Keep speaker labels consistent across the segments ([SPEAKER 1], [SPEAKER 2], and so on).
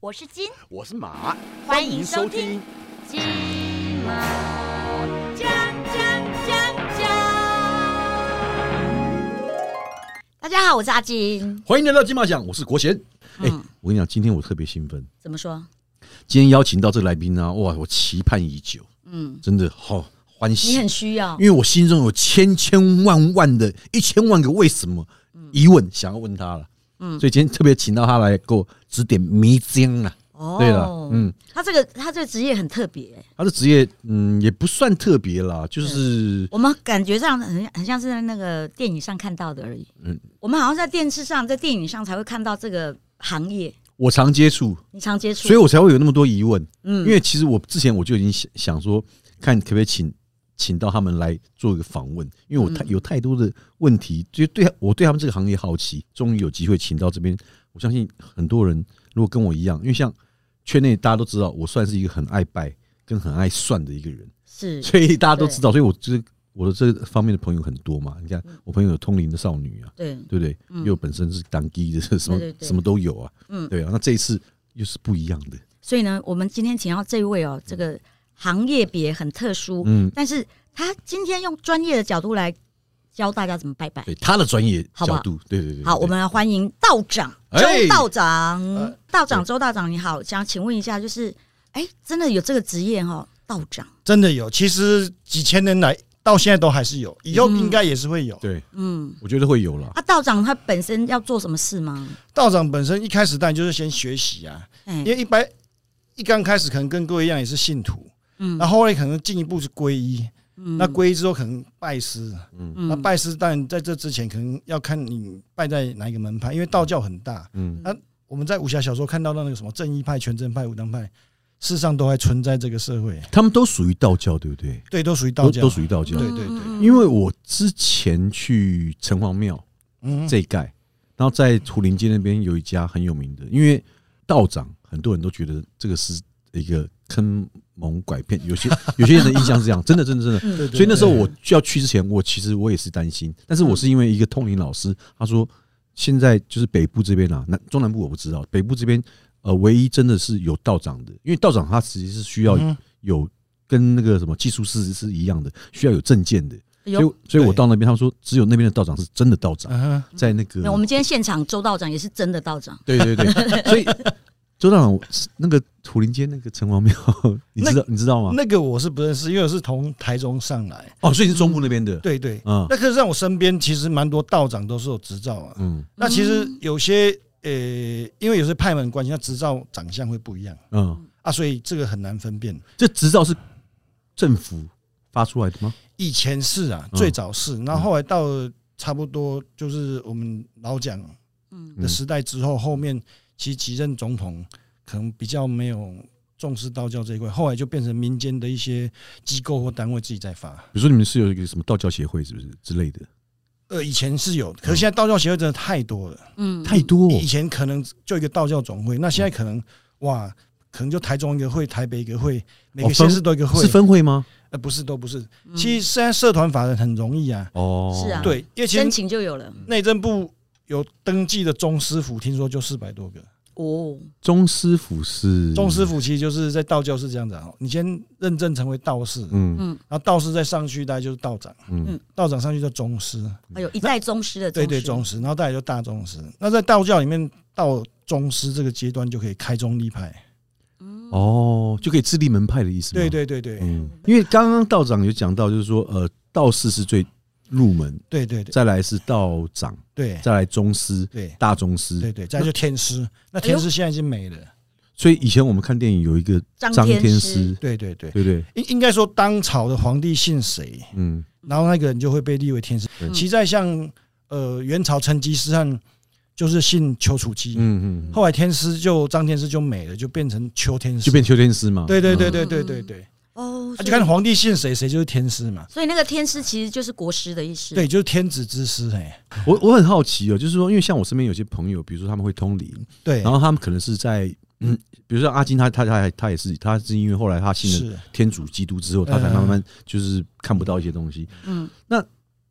[SPEAKER 1] 我是金
[SPEAKER 2] 我是马，
[SPEAKER 1] 欢迎哎收听。金毛讲讲讲讲。大家好，我是阿金。
[SPEAKER 2] 欢迎来到金马奖，我是国贤。哎、
[SPEAKER 1] 嗯
[SPEAKER 2] 我跟你讲，今天我特别兴奋，
[SPEAKER 1] 怎么说？
[SPEAKER 2] 今天邀请到这个来宾呢、哇，我期盼已久，
[SPEAKER 1] 嗯，
[SPEAKER 2] 真的好、欢
[SPEAKER 1] 你
[SPEAKER 2] 喜，
[SPEAKER 1] 很需要
[SPEAKER 2] 因。为我心中有千千万万的一千万个为什么疑问，想要问他了。
[SPEAKER 1] 嗯
[SPEAKER 2] 所以今天特别请到他来给我指点迷津啊。
[SPEAKER 1] 哦
[SPEAKER 2] 对了，嗯，
[SPEAKER 1] 他这个他这个职业很特别、
[SPEAKER 2] 他的职业嗯也不算特别啦，就是
[SPEAKER 1] 我们感觉上很很像是在那个电影上看到的而已。
[SPEAKER 2] 嗯
[SPEAKER 1] 我们好像在电视上、在电影上才会看到这个行业，
[SPEAKER 2] 我常接触，
[SPEAKER 1] 你常接触。
[SPEAKER 2] 所以我才会有那么多疑问。
[SPEAKER 1] 嗯
[SPEAKER 2] 因为其实我之前我就已经想想说，看可不可以请请到他们来做一个访问，因为我
[SPEAKER 1] 嗯
[SPEAKER 2] 太有太多的问题，就对我对他们这个行业好奇。终于有机会请到这边，我相信很多人如果跟我一样，因为像圈内大家都知道，我算是一个很爱拜跟很爱算的一个人，
[SPEAKER 1] 是
[SPEAKER 2] 所以大家都知道，所以我就是我的这方面的朋友很多嘛。你看，
[SPEAKER 1] 嗯
[SPEAKER 2] 我朋友有通灵的少女啊，
[SPEAKER 1] 对，
[SPEAKER 2] 对不对？因为我本身是当机的，什么
[SPEAKER 1] 嗯对对对
[SPEAKER 2] 什么都有啊，
[SPEAKER 1] 嗯
[SPEAKER 2] 对啊。那这一次又是不一样的，
[SPEAKER 1] 所以呢，我们今天请到这一位哦，
[SPEAKER 3] 嗯
[SPEAKER 1] 这个行业别很特殊，
[SPEAKER 2] 嗯。
[SPEAKER 1] 但是他今天用专业的角度来教大家怎么拜拜。
[SPEAKER 2] 对他的专业
[SPEAKER 1] 好不
[SPEAKER 2] 角
[SPEAKER 1] 好
[SPEAKER 2] 度，对对对。
[SPEAKER 1] 好，
[SPEAKER 2] 对
[SPEAKER 1] 我们来欢迎道长周
[SPEAKER 2] 哎
[SPEAKER 1] 道长，
[SPEAKER 2] 呃
[SPEAKER 1] 道长周道长你好，想请问一下，就是哎，真的有这个职业哦，道长，
[SPEAKER 3] 真的有，其实几千年来到现在都还是有，以后
[SPEAKER 1] 嗯
[SPEAKER 3] 应该也是会有。
[SPEAKER 2] 对，
[SPEAKER 1] 嗯，
[SPEAKER 2] 我觉得会有了。
[SPEAKER 1] 啊，道长他本身要做什么事吗？
[SPEAKER 3] 道长本身一开始当然就是先学习啊，
[SPEAKER 1] 哎
[SPEAKER 3] 因，为一般一刚开始可能跟各位一样也是信徒，
[SPEAKER 1] 嗯
[SPEAKER 3] 那后来可能进一步是皈依，
[SPEAKER 1] 嗯
[SPEAKER 3] 那皈依之后可能拜师，那
[SPEAKER 1] 嗯
[SPEAKER 3] 啊拜师当然在这之前可能要看你拜在哪一个门派，因为道教很大。
[SPEAKER 2] 嗯
[SPEAKER 3] 我们在武侠小说看到那个什么正义派、全真派、武当派，事实上都还存在这个社会，
[SPEAKER 2] 他们都属于道教，对不对？
[SPEAKER 3] 对，都属于道
[SPEAKER 2] 都
[SPEAKER 3] 教，
[SPEAKER 2] 都属于道教。
[SPEAKER 3] 对对对
[SPEAKER 1] 嗯
[SPEAKER 2] 因为我之前去城隍庙
[SPEAKER 3] 嗯
[SPEAKER 2] 这一盖，然后在图林街那边有一家很有名的，因为道长很多人都觉得这个是一个坑蒙拐骗，有些有些人的印象是这样，真的真的真的。
[SPEAKER 1] 嗯
[SPEAKER 3] 对对对
[SPEAKER 2] 所以那时候我就要去之前，我其实我也是担心，但是我是因为一个通灵老师，他说现在就是北部这边啊，南中南部我不知道，北部这边呃，唯一真的是有道长的，因为道长他其实是需要
[SPEAKER 3] 嗯
[SPEAKER 2] 有跟那个什么技术师是一样的，需要有证件的，
[SPEAKER 1] 有
[SPEAKER 2] 所以所以我
[SPEAKER 3] 对
[SPEAKER 2] 到那边，他说只有那边的道长是真的道长，
[SPEAKER 3] 嗯哼
[SPEAKER 2] 在那个
[SPEAKER 1] 那我们今天现场周道长也是真的道长，
[SPEAKER 2] 对对 对，所以周道长那个土林街那个城隍庙，你知道你知道吗？
[SPEAKER 3] 那个我是不认识，因为我是从台中上来。
[SPEAKER 2] 哦，所以是中部那边的，
[SPEAKER 3] 对对，
[SPEAKER 2] 嗯
[SPEAKER 3] 那可是让我身边其实蛮多道长都是有执照啊。
[SPEAKER 2] 嗯
[SPEAKER 3] 那其实有些呃，因为有些派门关系，那执照长相会不一样
[SPEAKER 2] 嗯，
[SPEAKER 3] 啊，所以这个很难分辨。
[SPEAKER 2] 这执照是政府发出来的吗？
[SPEAKER 3] 以前是啊，
[SPEAKER 2] 嗯
[SPEAKER 3] 最早是，然后后来到差不多就是我们老蒋
[SPEAKER 1] 嗯
[SPEAKER 3] 的时代之后，后面其实几任总统可能比较没有重视道教这一块，后来就变成民间的一些机构或单位自己在发。
[SPEAKER 2] 比如说你们是有一个什么道教协会，是不是之类的？
[SPEAKER 3] 呃，以前是有，
[SPEAKER 2] 嗯
[SPEAKER 3] 可是现在道教协会真的太多了。
[SPEAKER 1] 嗯
[SPEAKER 2] 太多哦
[SPEAKER 3] 以前可能就一个道教总会，那现在可能哇，可能就台中一个会，台北一个会，每个县市都有一个会，
[SPEAKER 2] 是哦分会吗？
[SPEAKER 3] 呃，不是都不是。
[SPEAKER 1] 嗯
[SPEAKER 3] 其实现在社团法人很容易啊，
[SPEAKER 2] 哦，
[SPEAKER 1] 是啊
[SPEAKER 3] 对，因为其
[SPEAKER 1] 申
[SPEAKER 3] 实
[SPEAKER 1] 请就有了
[SPEAKER 3] 内政部有登记的宗师府，听说就四百多个。
[SPEAKER 2] 嗯
[SPEAKER 1] 哦，
[SPEAKER 2] 钟师傅是
[SPEAKER 3] 宗师，府其实就是在道教是这样子啊，你先认证成为道士，
[SPEAKER 2] 嗯
[SPEAKER 1] 嗯，
[SPEAKER 3] 然后道士再上去，大概就是道长，
[SPEAKER 2] 嗯
[SPEAKER 3] 道长上去叫宗师，
[SPEAKER 1] 还有一代宗师的
[SPEAKER 3] 嗯对对
[SPEAKER 1] 哦师
[SPEAKER 3] 宗师，然后再来就大宗师。那在道教里面，到宗师这个阶段就可以开宗立派。
[SPEAKER 2] 哦，就可以自立门派的意思吗？
[SPEAKER 3] 嗯对对对对
[SPEAKER 2] 嗯，因为刚刚道长有讲到，就是说，呃，道士是最入门，
[SPEAKER 3] 对对对
[SPEAKER 2] 再来是道长，
[SPEAKER 3] 对
[SPEAKER 2] 再来宗师、
[SPEAKER 3] 对
[SPEAKER 2] 大宗师。
[SPEAKER 3] 对对，再来就天师，那
[SPEAKER 2] 哎
[SPEAKER 3] 天师现在已经没了。
[SPEAKER 2] 所以以前我们看电影有一个
[SPEAKER 1] 张
[SPEAKER 2] 张天
[SPEAKER 1] 师，
[SPEAKER 2] 师，
[SPEAKER 3] 对对对，
[SPEAKER 2] 对不对？
[SPEAKER 3] 应应该说当朝的皇帝姓谁，
[SPEAKER 2] 嗯，
[SPEAKER 3] 然后那个人就会被立为天师
[SPEAKER 2] 对。
[SPEAKER 3] 其在像呃元朝成吉思汗就是姓丘处机，
[SPEAKER 2] 嗯嗯，
[SPEAKER 3] 后来天师就张天师就没了，就变成丘天师。
[SPEAKER 2] 就变。丘天师嘛。
[SPEAKER 3] 对对对
[SPEAKER 2] 嗯，
[SPEAKER 3] 对对对对，
[SPEAKER 1] 哦，
[SPEAKER 3] 啊
[SPEAKER 1] 所以
[SPEAKER 3] 就看皇帝姓谁，谁就是天师嘛。
[SPEAKER 1] 所以那个天师其实就是国师的意思。
[SPEAKER 3] 对，就是天子之师哎。
[SPEAKER 2] 我我很好奇哦，就是说，因为像我身边有些朋友，比如说他们会通灵，
[SPEAKER 3] 对
[SPEAKER 2] 然，后他们可能是在。嗯，比如说阿金他，他他他也是，他是因为后来他信了
[SPEAKER 3] 是嗯
[SPEAKER 2] 天主基督之后，他才慢慢就是看不到一些东西。
[SPEAKER 1] 嗯，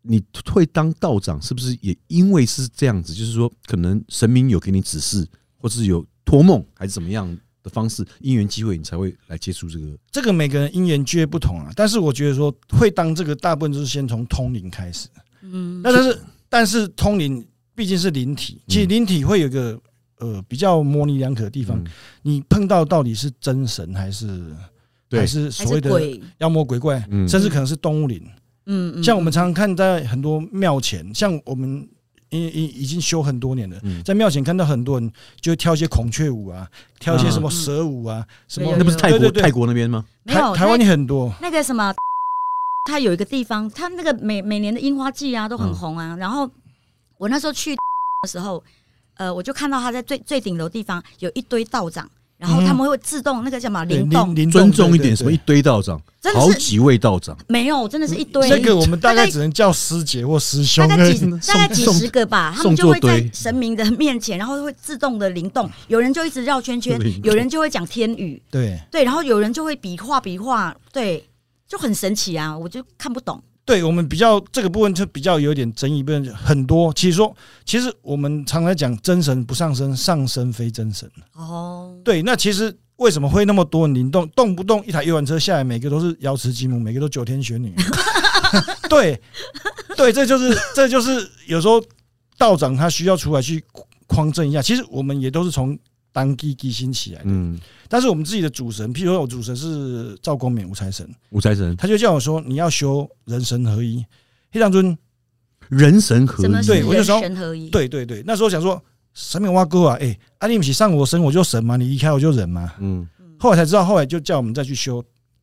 [SPEAKER 2] 你会当道长，是不是也因为是这样子？就是说，可能神明有给你指示，或是有托梦还是怎么样的方式，因缘机会你才会来接触这个。
[SPEAKER 3] 这个每个人因缘皆不同啊，但是我觉得说会当这个大部分都是先从通灵开始。
[SPEAKER 1] 嗯
[SPEAKER 3] 那但是但是通灵毕竟是灵体，
[SPEAKER 2] 嗯
[SPEAKER 3] 其实灵体会有一个呃比较模棱两可的地方，
[SPEAKER 2] 嗯
[SPEAKER 3] 你碰到到底是真神还是
[SPEAKER 2] 对
[SPEAKER 3] 还是
[SPEAKER 1] 还
[SPEAKER 3] 所谓
[SPEAKER 1] 是
[SPEAKER 3] 的
[SPEAKER 1] 鬼，
[SPEAKER 3] 妖魔鬼怪，
[SPEAKER 2] 嗯
[SPEAKER 3] 甚至可能是动物灵。
[SPEAKER 1] 嗯嗯，
[SPEAKER 3] 像我们常常看在很多庙前，像我们已已已经修很多年了，
[SPEAKER 2] 嗯，
[SPEAKER 3] 在庙前看到很多人就会跳一些孔雀舞啊，跳
[SPEAKER 2] 嗯
[SPEAKER 3] 一些什么蛇舞啊，什么
[SPEAKER 1] 对
[SPEAKER 2] 那不是泰
[SPEAKER 3] 对
[SPEAKER 2] 国
[SPEAKER 3] 对对
[SPEAKER 2] 泰国那边吗？
[SPEAKER 1] 嗯没有
[SPEAKER 3] 台台湾
[SPEAKER 1] 那
[SPEAKER 3] 也很多，
[SPEAKER 1] 那个什么，它有一个地方，它那个每每年的樱花季啊都很
[SPEAKER 2] 嗯
[SPEAKER 1] 红啊。然后我那时候去的时候，呃，我就看到它在最最顶楼地方有一堆道长，然后他们会自动那个叫什么灵动，
[SPEAKER 3] 嗯灵
[SPEAKER 2] 尊重一点，什么一堆道长，
[SPEAKER 1] 真
[SPEAKER 2] 好
[SPEAKER 1] 的是
[SPEAKER 2] 几位道长，
[SPEAKER 1] 没有，真的是一堆。
[SPEAKER 3] 这个我们大
[SPEAKER 1] 大
[SPEAKER 3] 概
[SPEAKER 1] 概
[SPEAKER 3] 只能叫师姐或师兄哎
[SPEAKER 1] 大
[SPEAKER 3] 而已，
[SPEAKER 1] 概几大
[SPEAKER 2] 送
[SPEAKER 1] 概几十个吧，他们
[SPEAKER 2] 送
[SPEAKER 1] 就会
[SPEAKER 2] 作
[SPEAKER 1] 在
[SPEAKER 2] 堆
[SPEAKER 1] 神明的面前，然后会自动的灵动，有人就一直绕圈圈
[SPEAKER 2] 灵，动
[SPEAKER 1] 有人就会讲天语，
[SPEAKER 3] 对
[SPEAKER 1] 对，然后有人就会比划比划，对，就很神奇啊，我就看不懂。
[SPEAKER 3] 对，我们比较这个部分就比较有点争议，部分很多。其实说，其实我们常常讲真神不上身，上身非真神。
[SPEAKER 1] 哦，
[SPEAKER 3] 对，那其实为什么会那么多人灵动？动不动一台游览车下来，每个都是瑶池金母，每个都九天 玄女。对，对，这就是这就是有时候道长他需要出来去匡正一下。其实我们也都是从当地地心起来的，
[SPEAKER 2] 嗯，
[SPEAKER 3] 但是我们自己的主神，譬如说我主神是赵公冕五财神，
[SPEAKER 2] 五财神，
[SPEAKER 3] 他就叫我说你要修人神合一。黑长尊，
[SPEAKER 2] 人神合
[SPEAKER 1] 什么
[SPEAKER 2] 一，
[SPEAKER 1] 是
[SPEAKER 3] 对我就
[SPEAKER 1] 人
[SPEAKER 3] 说
[SPEAKER 1] 神合一？，
[SPEAKER 3] 对对对，那时候想说神明挖沟啊，哎、啊你不是上我身我就神嘛，你离开我就人嘛。
[SPEAKER 2] 嗯
[SPEAKER 3] 后来才知道，后来就叫我们再去修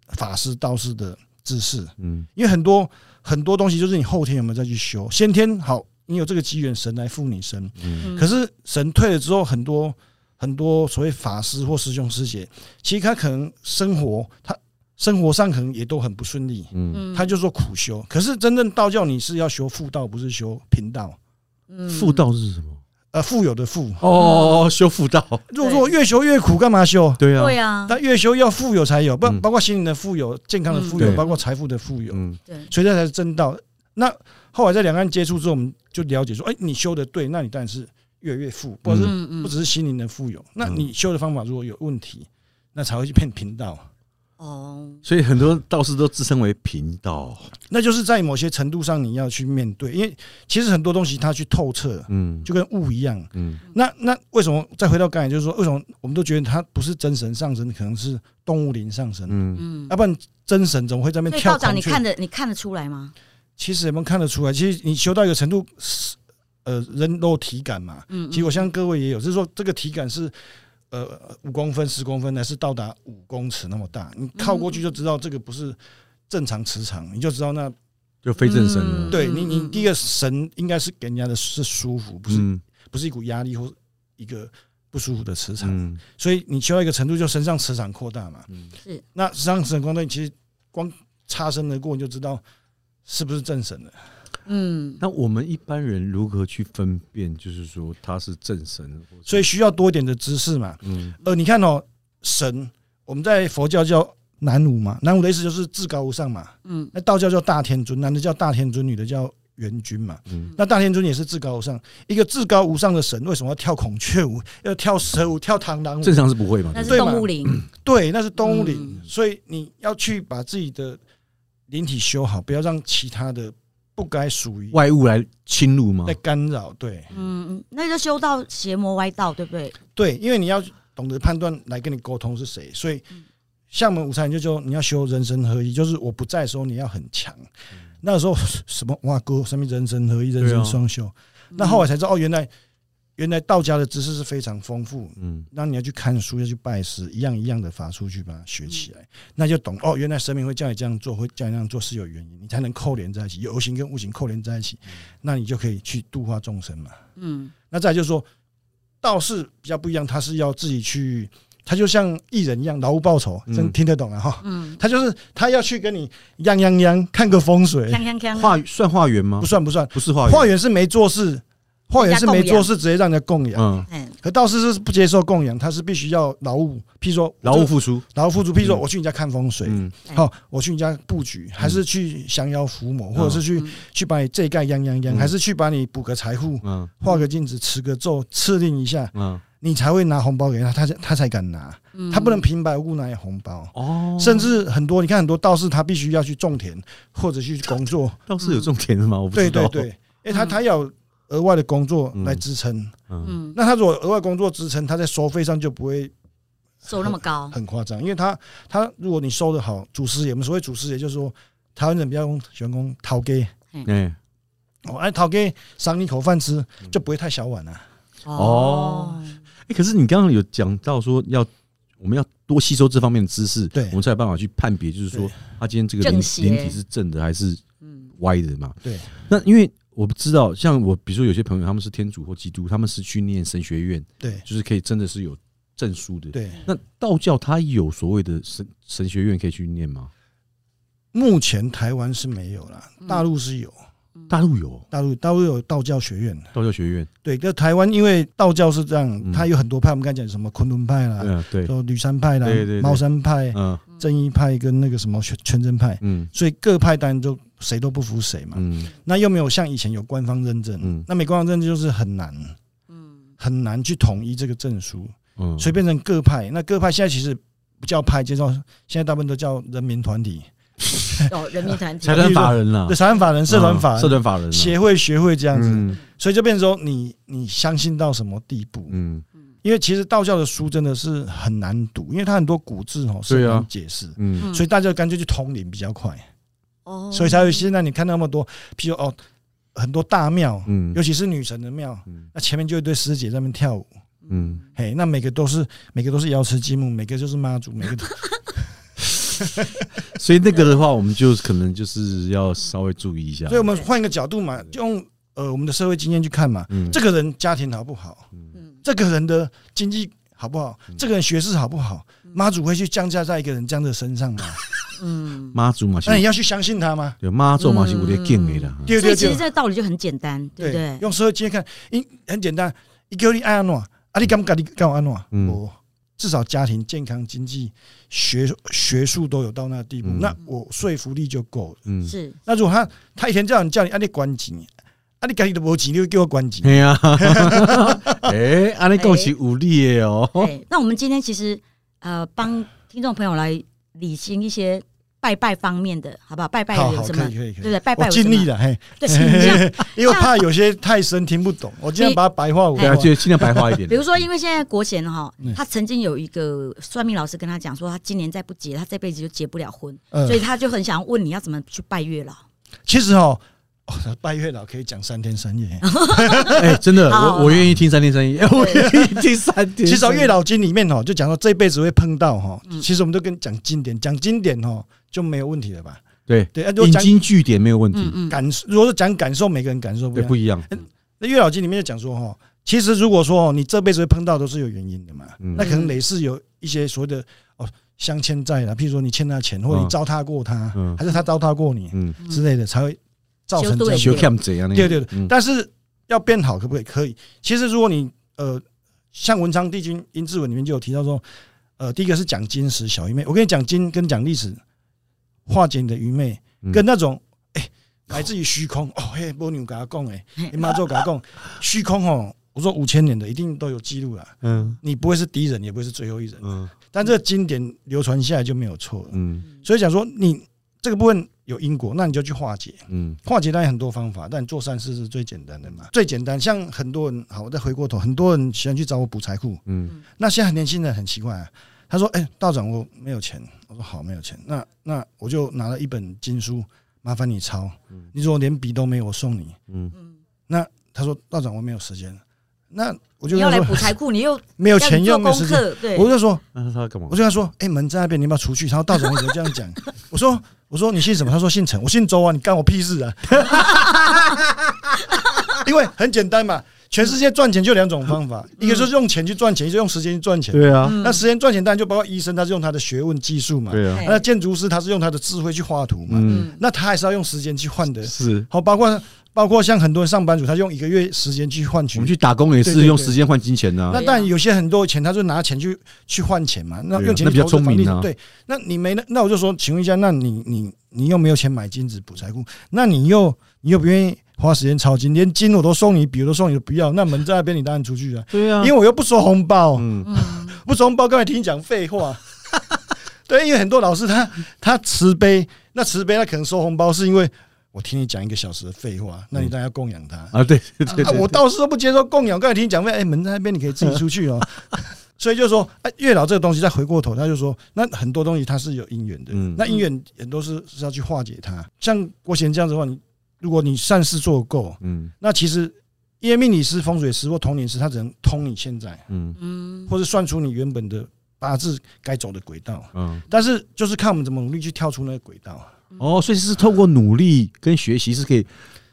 [SPEAKER 3] 法师、道士的知识，
[SPEAKER 2] 嗯
[SPEAKER 3] 因为很多很多东西就是你后天有没有再去修，先天好，你有这个机缘，神来附你身。
[SPEAKER 2] 嗯，
[SPEAKER 3] 可是神退了之后，很多很多所谓法师或师兄师姐，其实他可能生活他生活上可能也都很不顺利，
[SPEAKER 2] 嗯，
[SPEAKER 3] 他就说苦修。可是真正道教你是要修妇道，不是修贫道，
[SPEAKER 1] 嗯
[SPEAKER 2] 妇道是什么？
[SPEAKER 3] 呃，富有的富。
[SPEAKER 2] 哦，修复道，
[SPEAKER 3] 如果说越修越苦，干嘛修？
[SPEAKER 2] 对啊，
[SPEAKER 1] 对啊，
[SPEAKER 3] 但越修要富有才有，不
[SPEAKER 2] 嗯
[SPEAKER 3] 包括心灵的富有、健康的富有，
[SPEAKER 2] 嗯对
[SPEAKER 3] 包括财富的富有，
[SPEAKER 2] 嗯
[SPEAKER 1] 对，
[SPEAKER 3] 所以这才是正道。那后来在两岸接触之后，我们就了解说，哎，你修的对，那你当然是越来越富，不是
[SPEAKER 1] 嗯
[SPEAKER 3] 不只是心灵的富有。那
[SPEAKER 2] 嗯
[SPEAKER 3] 你修的方法如果有问题，那才会去骗贫道。
[SPEAKER 1] 哦，
[SPEAKER 2] 所以很多道士都自称为贫道，
[SPEAKER 3] 那就是在某些程度上你要去面对，因为其实很多东西它去透彻，
[SPEAKER 2] 嗯
[SPEAKER 3] 就跟雾一样。
[SPEAKER 2] 嗯
[SPEAKER 3] 那那为什么再回到刚才，就是说为什么我们都觉得它不是真神上身，可能是动物灵上身，
[SPEAKER 2] 嗯，
[SPEAKER 1] 嗯
[SPEAKER 3] 要，不然真神怎么会在那
[SPEAKER 1] 所
[SPEAKER 3] 边
[SPEAKER 1] 以
[SPEAKER 3] 跳
[SPEAKER 1] 道
[SPEAKER 3] 孔
[SPEAKER 1] 长，
[SPEAKER 3] 雀？
[SPEAKER 1] 你看得你看得出来吗？
[SPEAKER 3] 其实有没有看得出来？其实你修到一个程度，是呃，人都有体感嘛。
[SPEAKER 1] 嗯，
[SPEAKER 3] 其实我相信各位也有，就是说这个体感是呃五公分、十公分，还是到达五公尺那么大？你靠过去就知道这个不是正常磁场，你就知道那
[SPEAKER 2] 就非正神了，
[SPEAKER 3] 对
[SPEAKER 1] 嗯
[SPEAKER 3] 你你第一个神应该是给人家的是舒服，不是
[SPEAKER 2] 嗯
[SPEAKER 3] 不是一股压力或一个不舒服的磁场。
[SPEAKER 2] 嗯
[SPEAKER 3] 所以你修到一个程度，就身上磁场扩大嘛。
[SPEAKER 2] 嗯
[SPEAKER 3] 那身上磁场扩大，你其实光擦身而过，你就知道是不是正神了。
[SPEAKER 1] 嗯，
[SPEAKER 2] 那我们一般人如何去分辨，就是说他是正神，或是
[SPEAKER 3] 所以需要多一点的知识嘛。
[SPEAKER 2] 嗯
[SPEAKER 3] 呃，你看哦，神，我们在佛教叫南无嘛，南无的意思就是至高无上嘛。
[SPEAKER 1] 嗯，
[SPEAKER 3] 那道教叫大天尊，男的叫大天尊，女的叫元君嘛。
[SPEAKER 2] 嗯
[SPEAKER 3] 那大天尊也是至高无上，一个至高无上的神，为什么要跳孔雀舞，要跳蛇舞，跳螳螂舞？
[SPEAKER 2] 正常是不会嘛，
[SPEAKER 1] 那是
[SPEAKER 2] 对不对
[SPEAKER 3] 对嘛
[SPEAKER 1] 动物灵，
[SPEAKER 3] 对，那是动物灵，
[SPEAKER 1] 嗯
[SPEAKER 3] 所以你要去把自己的灵体修好，不要让其他的不该属于
[SPEAKER 2] 外物来侵入吗
[SPEAKER 3] 在？干扰。对
[SPEAKER 1] 嗯，那就修到邪魔歪道，对不对？
[SPEAKER 3] 对，因为你要懂得判断来跟你沟通是谁，所以
[SPEAKER 1] 嗯
[SPEAKER 3] 像我们午餐就说你要修人神合一，就是我不在的时候你要很强。那时候 什么哇哥，什么人神合一、人
[SPEAKER 2] 对啊
[SPEAKER 3] 神双修，
[SPEAKER 1] 嗯
[SPEAKER 3] 那后来才知道哦，原来原来道家的知识是非常丰富。
[SPEAKER 2] 嗯
[SPEAKER 3] 那你要去看书，要去拜师，一样一样的法术去把它学起来，那就懂哦。原来神明会叫你这样做，会叫你那样做是有原因，你才能扣连在一起，有形跟无形扣连在一起，那你就可以去度化众生嘛。
[SPEAKER 1] 嗯
[SPEAKER 3] 那再来就是说，道士比较不一样，他是要自己去，他就像艺人一样，劳务报酬，
[SPEAKER 2] 嗯
[SPEAKER 3] 真听得懂了啊哈。
[SPEAKER 1] 嗯，
[SPEAKER 3] 他就是他要去跟你样样样看个风水，
[SPEAKER 1] 锵锵锵，
[SPEAKER 2] 化算化缘吗
[SPEAKER 3] 不？算不算，
[SPEAKER 2] 不是化
[SPEAKER 3] 化
[SPEAKER 2] 缘，
[SPEAKER 3] 缘是没做事，化缘是没做事，直接让人家供养。
[SPEAKER 2] 嗯，
[SPEAKER 1] 嗯
[SPEAKER 3] 可道士是不接受供养，他是必须要劳务，譬如说
[SPEAKER 2] 劳务付出，
[SPEAKER 3] 劳务付出，譬如说
[SPEAKER 2] 嗯
[SPEAKER 3] 我去你家看风水，
[SPEAKER 2] 嗯
[SPEAKER 3] 好，我去你家布局，还是去降妖伏魔，或者是去
[SPEAKER 1] 嗯
[SPEAKER 3] 去把你这一盖样样样，
[SPEAKER 2] 嗯
[SPEAKER 3] 还是去把你补个财富，
[SPEAKER 2] 嗯
[SPEAKER 3] 画个镜子，持个咒，敕令一下，
[SPEAKER 2] 嗯，
[SPEAKER 3] 你才会拿红包给他，他才他才敢拿，
[SPEAKER 1] 嗯
[SPEAKER 3] 他不能平白无故拿你红包。
[SPEAKER 2] 哦，
[SPEAKER 3] 甚至很多，你看很多道士，他必须要去种田或者去工作，
[SPEAKER 2] 倒是有这种甜的吗？哦我不知
[SPEAKER 3] 对
[SPEAKER 2] 道。
[SPEAKER 3] 对对，因为他他要有额外的工作来支撑。
[SPEAKER 2] 嗯，
[SPEAKER 1] 嗯，
[SPEAKER 3] 那他如果额外工作支撑，他在收费上就不会
[SPEAKER 1] 收那么高，
[SPEAKER 3] 很夸张，因为他他如果你收的好，祖师爷，我们所谓祖师爷就是说，台湾人比较用喜欢讲讨给，
[SPEAKER 2] 哎，
[SPEAKER 3] 哦，哎讨给赏你口饭吃，
[SPEAKER 2] 嗯
[SPEAKER 3] 就不会太小碗了、啊。
[SPEAKER 2] 哦，哎，可是你刚刚有讲到说要。我们要多吸收这方面的知识，
[SPEAKER 3] 对
[SPEAKER 2] 我们才有办法去判别，就是说
[SPEAKER 3] 对
[SPEAKER 2] 他今天这个
[SPEAKER 1] 正
[SPEAKER 2] 灵
[SPEAKER 1] 邪
[SPEAKER 2] 灵体是正的还是
[SPEAKER 1] 嗯
[SPEAKER 2] 歪的嘛？
[SPEAKER 3] 对，
[SPEAKER 2] 那因为我不知道，像我，比如说有些朋友他们是天主或基督，他们是去念神学院，
[SPEAKER 3] 对
[SPEAKER 2] 就是可以真的是有证书的。
[SPEAKER 3] 对，
[SPEAKER 2] 那道教它有所谓的神神学院可以去念吗？
[SPEAKER 3] 目前台湾是没有啦，
[SPEAKER 1] 嗯
[SPEAKER 3] 大陆是有，
[SPEAKER 2] 大陆有
[SPEAKER 3] 大陆大陆有道教学院。
[SPEAKER 2] 道教学院，
[SPEAKER 3] 对，那台湾因为道教是这样
[SPEAKER 2] 嗯，
[SPEAKER 3] 它有很多派，我们刚才讲什么昆仑派啦，
[SPEAKER 2] 嗯，对，
[SPEAKER 3] 说吕山派啦
[SPEAKER 2] 对对对、
[SPEAKER 3] 茅山派、
[SPEAKER 2] 嗯
[SPEAKER 3] 正义派跟那个什么全全真派，
[SPEAKER 2] 嗯
[SPEAKER 3] 所以各派当然就谁都不服谁嘛。
[SPEAKER 2] 嗯
[SPEAKER 3] 那又没有像以前有官方认证，
[SPEAKER 2] 嗯
[SPEAKER 3] 那没官方认证就是很难
[SPEAKER 1] 嗯
[SPEAKER 3] 很难去统一这个证书，
[SPEAKER 2] 嗯，
[SPEAKER 3] 所以变成各派。那各派现在其实不叫派，就叫现在大部分都叫人民团体，
[SPEAKER 2] 嗯
[SPEAKER 1] 哦，人民团体
[SPEAKER 2] 财团法人啦
[SPEAKER 3] 对，，财团法人、社团法
[SPEAKER 2] 嗯社
[SPEAKER 3] 人、
[SPEAKER 2] 团法人啦
[SPEAKER 3] 协会、学会这样子。
[SPEAKER 2] 嗯
[SPEAKER 3] 所以就变成说你你相信到什么地步？
[SPEAKER 2] 嗯
[SPEAKER 3] 因为其实道教的书真的是很难读，因为它很多古字哦是
[SPEAKER 2] 对
[SPEAKER 3] 很
[SPEAKER 2] 啊
[SPEAKER 3] 难解释。
[SPEAKER 2] 嗯，
[SPEAKER 3] 所以大家干脆去通灵比较快，
[SPEAKER 1] 哦，
[SPEAKER 3] 所以才有现在你看到那么多，譬如哦，很多大庙，
[SPEAKER 2] 嗯
[SPEAKER 3] 尤其是女神的庙，
[SPEAKER 2] 嗯
[SPEAKER 3] 那前面就一堆师姐在那边跳舞，
[SPEAKER 2] 嗯，
[SPEAKER 3] 嘿，那每个都是每个都是瑶池金母，每个就是妈祖，每 个
[SPEAKER 2] 啊
[SPEAKER 3] 都
[SPEAKER 2] 所以那个的话，我们就可能就是要稍微注意一下。
[SPEAKER 3] 所以我们换一个角度嘛，就用呃我们的社会经验去看嘛，
[SPEAKER 2] 嗯
[SPEAKER 3] 这个人家庭好不好，
[SPEAKER 1] 嗯
[SPEAKER 3] 这个人的经济好不好，这个人学识好不好，妈祖会去降价在一个人这样的身上吗？
[SPEAKER 1] 嗯，
[SPEAKER 2] 妈祖嘛
[SPEAKER 3] 那你
[SPEAKER 2] 是，
[SPEAKER 3] 要去相信他吗？
[SPEAKER 2] 对妈祖嘛是有点敬的啦。
[SPEAKER 3] 对
[SPEAKER 1] 所
[SPEAKER 3] 对
[SPEAKER 1] 以其实
[SPEAKER 3] 对
[SPEAKER 1] 这个道理就很简单，对不对？
[SPEAKER 3] 用社会经验看，因很简单，一个你爱安诺，啊你敢不敢你敢安诺？
[SPEAKER 2] 嗯
[SPEAKER 3] 我至少家庭、健康、经济、学学术都有到那个地步，
[SPEAKER 2] 嗯
[SPEAKER 3] 那我说服力就够了。
[SPEAKER 2] 嗯，
[SPEAKER 1] 是，
[SPEAKER 3] 那如果他他以前叫你叫你啊你关钱，啊你家己都无钱，你就叫我关钱，
[SPEAKER 2] 嘿 呀，嗯哎，安尼讲是有理的哦。
[SPEAKER 3] 哎
[SPEAKER 1] 对。那我们今天其实呃，帮听众朋友来理清一些拜拜方面的，好不好？拜拜
[SPEAKER 3] 好
[SPEAKER 1] 有
[SPEAKER 3] 好
[SPEAKER 1] 什
[SPEAKER 3] 可
[SPEAKER 1] 么
[SPEAKER 3] 以？可
[SPEAKER 1] 对
[SPEAKER 3] 以可
[SPEAKER 1] 不
[SPEAKER 3] 以。
[SPEAKER 1] 对？拜拜有
[SPEAKER 3] 我
[SPEAKER 1] 什
[SPEAKER 3] 尽
[SPEAKER 1] 么？
[SPEAKER 3] 力了，嘿，
[SPEAKER 1] 对， 像
[SPEAKER 3] 因为我怕有些太深听不懂，我尽量把它白话文
[SPEAKER 2] 对啊，
[SPEAKER 3] 化。
[SPEAKER 2] 就尽量白话一点。
[SPEAKER 1] 比如说，因为现在国贤哈
[SPEAKER 3] 嗯，
[SPEAKER 1] 他曾经有一个算命老师跟他讲说，他今年再不结，他这辈子就结不了婚，
[SPEAKER 3] 嗯
[SPEAKER 1] 所以他就很想问你要怎么去拜月老。
[SPEAKER 3] 其实哦，哦拜月老可以讲三天 三夜。
[SPEAKER 2] 哎、真的，
[SPEAKER 1] 好
[SPEAKER 3] 哦
[SPEAKER 1] 好
[SPEAKER 2] 我我愿意听三天三夜，我愿意听三天。
[SPEAKER 3] 其实《
[SPEAKER 2] 越
[SPEAKER 3] 月老经》里面哦，就讲到这辈子会碰到哈
[SPEAKER 1] 嗯，
[SPEAKER 3] 其实我们都跟讲经典，讲经典哦就没有问题了吧？
[SPEAKER 2] 对
[SPEAKER 3] 对，啊如果
[SPEAKER 2] 引
[SPEAKER 3] 讲
[SPEAKER 2] 经据典没有问题，
[SPEAKER 1] 嗯嗯，
[SPEAKER 3] 感，如果是讲感受，每个人感受不一
[SPEAKER 2] 对，不一
[SPEAKER 3] 样。
[SPEAKER 2] 样。
[SPEAKER 3] 那《月老经》里面就讲说哈，其实如果说哦，你这辈子会碰到都是有原因的嘛，
[SPEAKER 2] 嗯
[SPEAKER 3] 那可能累世有一些所谓的哦相欠债啦，譬如说你欠他钱，或者你
[SPEAKER 2] 嗯
[SPEAKER 3] 糟蹋过他
[SPEAKER 2] 嗯，
[SPEAKER 3] 还是他糟蹋过你
[SPEAKER 2] 嗯，
[SPEAKER 1] 嗯
[SPEAKER 3] 之类的，才会造成这
[SPEAKER 1] 对
[SPEAKER 2] 修
[SPEAKER 3] 样。
[SPEAKER 2] 看怎样呢？
[SPEAKER 3] 对对对
[SPEAKER 2] 嗯
[SPEAKER 3] 但是要变好可不可以？可以。其实如果你呃，像文昌帝君殷志文里面就有提到说，呃，第一个是讲金石小愚昧，我跟你讲金跟讲历史，化解你的愚昧，
[SPEAKER 2] 嗯
[SPEAKER 3] 跟那种哎、来自于虚空哦，嘿，波牛给他讲哎，你妈就给他讲虚空哦。我说五千年的一定都有记录了，
[SPEAKER 2] 嗯
[SPEAKER 3] 你不会是第一人，也不会是最后一人，
[SPEAKER 2] 嗯
[SPEAKER 3] 但这个经典流传下来就没有错了。
[SPEAKER 2] 嗯
[SPEAKER 3] 所以讲说你这个部分有因果，那你就去化解。
[SPEAKER 2] 嗯
[SPEAKER 3] 化解当然有很多方法，但做善事是最简单的嘛。最简单，像很多人，好，我再回过头，很多人喜欢去找我补财库。
[SPEAKER 2] 嗯
[SPEAKER 3] 那现在很年轻人很奇怪啊，他说：“哎、道长，我没有钱。”我说：“好，没有钱。那那我就拿了一本经书，麻烦你抄。你如果连笔都没有，我送你。
[SPEAKER 2] 嗯，
[SPEAKER 3] 那他说：“道长，我没有时间。”那我就
[SPEAKER 1] 你
[SPEAKER 3] 跟
[SPEAKER 1] 要
[SPEAKER 3] 他
[SPEAKER 1] 来
[SPEAKER 3] 说
[SPEAKER 1] 补财 库，你又
[SPEAKER 3] 没有
[SPEAKER 1] 要
[SPEAKER 3] 钱
[SPEAKER 1] 做
[SPEAKER 3] 又没有
[SPEAKER 1] 功
[SPEAKER 3] 时间，
[SPEAKER 1] 课，对，
[SPEAKER 3] 我就说
[SPEAKER 2] 那他干嘛
[SPEAKER 3] 我？就跟他说：“哎、门在那边，你要不要出去？”他说：“道长，你怎么这样讲？” 我说：“我说你姓什么？”他说：“姓陈。”我姓周啊，你干我屁事啊！ 因为很简单嘛，全世界赚钱就两种方法，一个就是用钱去赚钱，一个是用时间去赚钱。
[SPEAKER 2] 对啊，
[SPEAKER 1] 嗯
[SPEAKER 3] 那时间赚钱当然就包括医生，他是用他的学问技术嘛；
[SPEAKER 2] 对啊，
[SPEAKER 1] 哎
[SPEAKER 3] 那建筑师他是用他的智慧去画图嘛。
[SPEAKER 2] 嗯，
[SPEAKER 1] 嗯
[SPEAKER 3] 那他还是要用时间去换的。
[SPEAKER 2] 是。
[SPEAKER 3] 好，包括包括像很多人上班族，他用一个月时间去换取
[SPEAKER 2] 我们去打工也
[SPEAKER 3] 对
[SPEAKER 2] 是
[SPEAKER 3] 对
[SPEAKER 2] 用
[SPEAKER 3] 对
[SPEAKER 2] 时间换金钱啊呐、
[SPEAKER 3] 那但有些很多钱，他就拿钱去去换钱嘛，那
[SPEAKER 2] 对啊
[SPEAKER 3] 用钱
[SPEAKER 2] 那比
[SPEAKER 3] 去
[SPEAKER 2] 较
[SPEAKER 3] 投资
[SPEAKER 2] 聪
[SPEAKER 3] 房
[SPEAKER 2] 明
[SPEAKER 3] 地
[SPEAKER 2] 啊
[SPEAKER 3] 产。对，那你没那那我就说，请问一下，那你你你又没有钱买金子补财库，那你又你又不愿意花时间抄经，连经我都送你，笔我都送你，不要，那门在那边，你当然出去了，
[SPEAKER 2] 对啊
[SPEAKER 3] 因为我又不收红包，
[SPEAKER 2] 嗯，
[SPEAKER 1] 嗯，
[SPEAKER 3] 不收红包，刚才听你讲废话。 对，因为很多老师他他慈悲，那慈悲他可能收红包，是因为我听你讲一个小时的废话，那你当然要供养他。
[SPEAKER 2] 啊，对对对
[SPEAKER 3] 啊，
[SPEAKER 2] 对，
[SPEAKER 3] 我倒是都不接受供养。刚才听你讲，哎、门在那边，你可以自己出去 哦。所以就说，哎、月老这个东西，再回过头，他就说，那很多东西它是有因缘的，
[SPEAKER 2] 嗯
[SPEAKER 3] 那因缘很多是是要去化解它。像郭贤这样子的话，你如果你善事做得够，
[SPEAKER 2] 嗯
[SPEAKER 3] 那其实因为命理师、风水师或通灵师，他只能通你现在，
[SPEAKER 2] 嗯
[SPEAKER 1] 嗯，
[SPEAKER 3] 或是算出你原本的八字该走的轨道。
[SPEAKER 2] 嗯，
[SPEAKER 3] 但是就是看我们怎么努力去跳出那个轨道。
[SPEAKER 2] 哦，所以是透过努力跟学习是可以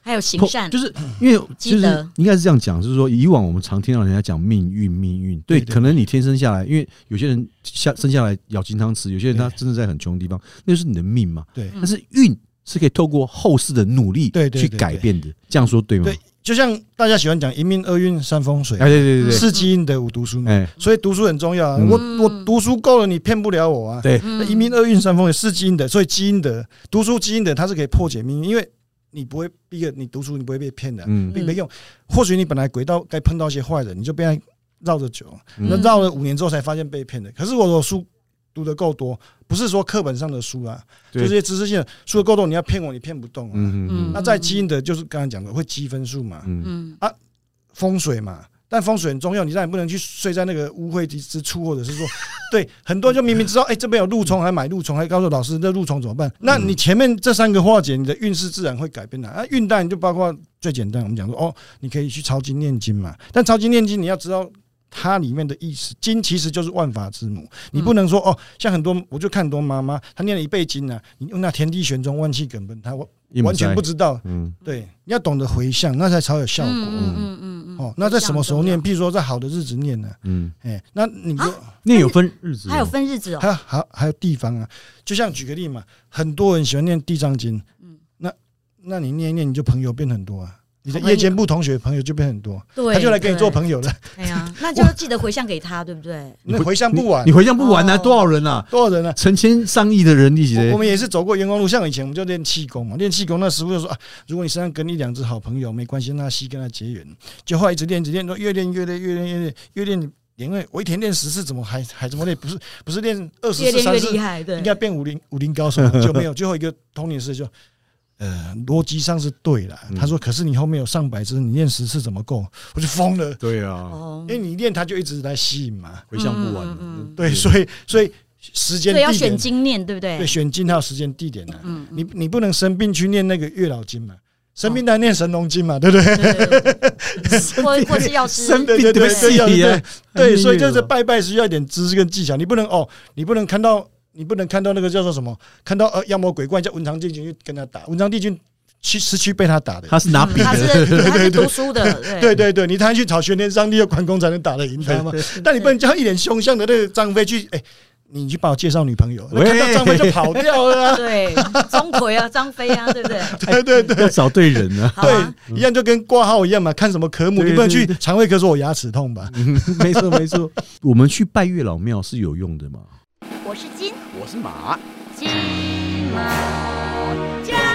[SPEAKER 1] 还有行
[SPEAKER 2] 碰
[SPEAKER 1] 善，
[SPEAKER 2] 就是因为就
[SPEAKER 1] 积德
[SPEAKER 2] 是应该是这样讲，就是说以往我们常听到人家讲命运，命运对，
[SPEAKER 3] 对对
[SPEAKER 2] 可能你天生下来，因为有些人下生下来咬金汤匙，有些人他
[SPEAKER 3] 对
[SPEAKER 2] 真的在很穷的地方，那就是你的命嘛。
[SPEAKER 3] 对
[SPEAKER 1] 嗯
[SPEAKER 2] 但是运是可以透过后世的努力
[SPEAKER 3] 对对
[SPEAKER 2] 去
[SPEAKER 3] 对
[SPEAKER 2] 改
[SPEAKER 3] 对
[SPEAKER 2] 变的，这样说对吗？
[SPEAKER 3] 对就像大家喜欢讲一命二运三风水
[SPEAKER 2] 哎，，对对对
[SPEAKER 3] 四积阴德五读书嘛
[SPEAKER 2] 对，。哎，
[SPEAKER 3] 所以读书很重要啊！
[SPEAKER 2] 嗯
[SPEAKER 3] 我我读书够了，你骗不了我啊！
[SPEAKER 2] 对，
[SPEAKER 1] 嗯
[SPEAKER 3] 那一命二运三风水是基因的，所以基因的读书基因的，它是可以破解命运，因为你不会第一个你读书你不会被骗的，
[SPEAKER 2] 嗯，
[SPEAKER 3] 并没用。或许你本来轨道该碰到一些坏人，你就被他绕着走，
[SPEAKER 2] 嗯
[SPEAKER 3] 那绕了五年之后才发现被骗的。可是我的书读的够多，不是说课本上的书啊，就
[SPEAKER 2] 对
[SPEAKER 3] 这些知识性的书的够多，你要骗我你骗不动啊。
[SPEAKER 2] 嗯嗯
[SPEAKER 1] 嗯
[SPEAKER 3] 那在基因的就是刚才讲的会积分数嘛，
[SPEAKER 2] 嗯嗯，
[SPEAKER 1] 嗯
[SPEAKER 3] 风水嘛，但风水很重要，你当然不能去睡在那个污秽之之处，或者是说， 对，很多人就明明知道，哎、这边有路虫，还买路虫，还告诉老师这路虫怎么办？那你前面这三个化解，你的运势自然会改变的啊。运当你就包括最简单，我们讲说，哦，你可以去抄经念经嘛，但抄经念经你要知道。它里面的意思，经其实就是万法之母。你不能说哦，像很多，我就看很多妈妈，她念了一辈经啊，你用那天地玄宗万气梗本，她完
[SPEAKER 2] 一
[SPEAKER 3] 完全
[SPEAKER 2] 模
[SPEAKER 3] 不
[SPEAKER 2] 在
[SPEAKER 3] 知道。
[SPEAKER 2] 嗯
[SPEAKER 3] 对，你要懂得回向，那才才有效果。
[SPEAKER 1] 嗯嗯嗯嗯，
[SPEAKER 3] 哦，那在什么时候
[SPEAKER 1] 这
[SPEAKER 3] 念？
[SPEAKER 1] 样重啊
[SPEAKER 3] 譬如说在好的日子念呢、
[SPEAKER 2] 嗯，
[SPEAKER 3] 哎、那你就
[SPEAKER 2] 那有分日子
[SPEAKER 1] 要？
[SPEAKER 3] 啊
[SPEAKER 2] 哦，
[SPEAKER 1] 还有分日子哦，
[SPEAKER 3] 还有还有还有地方啊，就像举个例嘛，很多人喜欢念地藏经，
[SPEAKER 1] 嗯
[SPEAKER 3] 那那你念一念，你就朋友变很多啊，你的
[SPEAKER 1] 好朋
[SPEAKER 3] 夜
[SPEAKER 1] 友
[SPEAKER 3] 间部同学朋友就变很多，
[SPEAKER 1] 对，
[SPEAKER 3] 他就来跟你做
[SPEAKER 1] 友。
[SPEAKER 3] 朋友了，
[SPEAKER 1] 哎 呀，那就要记得回向给他，对不对？
[SPEAKER 2] 你
[SPEAKER 3] 那回向不完
[SPEAKER 2] 你，回向不完啊，
[SPEAKER 1] 哦
[SPEAKER 2] 多少人啊，
[SPEAKER 3] 多少人啊？
[SPEAKER 2] 成千上亿的人一起
[SPEAKER 3] 我
[SPEAKER 2] 嘞
[SPEAKER 3] 我们也是走过员工路，像以前我们就练气功嘛，练气功那师傅就说啊，如果你身上跟一两只好朋友没关系，那吸跟他结缘，就后来一直练，一直练，越练越累，越练越累，越练因为我一天练十次，怎么还还这么累？不是不是练二十
[SPEAKER 1] 越
[SPEAKER 3] 次、
[SPEAKER 1] 练
[SPEAKER 3] 三
[SPEAKER 1] 越
[SPEAKER 3] 十次
[SPEAKER 1] 厉，害，对，
[SPEAKER 3] 应该变武林武林高手了，就没有。最后一个童年师就，呃，逻辑上是对了。
[SPEAKER 2] 嗯
[SPEAKER 3] 他说，可是你后面有上百只，你练十次怎么够？我就疯了，
[SPEAKER 2] 对啊，
[SPEAKER 1] 哦
[SPEAKER 3] 因，为你练他就一直来吸引嘛。
[SPEAKER 2] 回向不完
[SPEAKER 1] 嗯嗯
[SPEAKER 2] 啊
[SPEAKER 1] 嗯，
[SPEAKER 3] 对， 所以所以时间
[SPEAKER 1] 所以要
[SPEAKER 3] 地
[SPEAKER 1] 选
[SPEAKER 3] 点，
[SPEAKER 1] 经念，对不对？
[SPEAKER 3] 对选经还有时间地点呢、
[SPEAKER 1] 嗯，
[SPEAKER 3] 你你不能生病去念那个月老经嘛，生
[SPEAKER 1] 哦
[SPEAKER 3] 病来念神农经嘛，对不 对？
[SPEAKER 1] 对，或或是药师，
[SPEAKER 2] 生病对
[SPEAKER 3] 对
[SPEAKER 2] 不
[SPEAKER 3] 对对
[SPEAKER 2] 起
[SPEAKER 3] 对
[SPEAKER 2] 呀，
[SPEAKER 3] 对，所以就是
[SPEAKER 2] 哦
[SPEAKER 3] 拜拜是要一点知识跟技巧，你不能哦，你不能看到你不能看到那个叫做什么，看到呃妖魔鬼怪叫文昌帝君去跟他打，文昌帝君去失去被他打的。
[SPEAKER 2] 他是拿笔
[SPEAKER 1] 嗯他
[SPEAKER 2] 的，
[SPEAKER 1] 是 他是读书的，
[SPEAKER 3] 对对对，你他去找玄天上帝和关公才能打得赢他嘛。但你不能叫一脸凶相的那个张飞去，哎、你去帮我介绍女朋友，那
[SPEAKER 2] 喂
[SPEAKER 3] 看到张飞就跑掉了、啊。
[SPEAKER 1] 对，钟馗啊，张飞啊，对不对？
[SPEAKER 3] 对对 对
[SPEAKER 2] 要找对人 啊，
[SPEAKER 1] 好啊，
[SPEAKER 3] 对，一样就跟挂号一样嘛，看什么科目，
[SPEAKER 2] 对
[SPEAKER 3] 你不能
[SPEAKER 2] 对
[SPEAKER 3] 去肠胃科说我牙齿痛吧？
[SPEAKER 2] 嗯没错没错， 我们去拜月老庙是有用的嘛？
[SPEAKER 1] 我是金
[SPEAKER 4] 我是马。
[SPEAKER 1] 金毛家。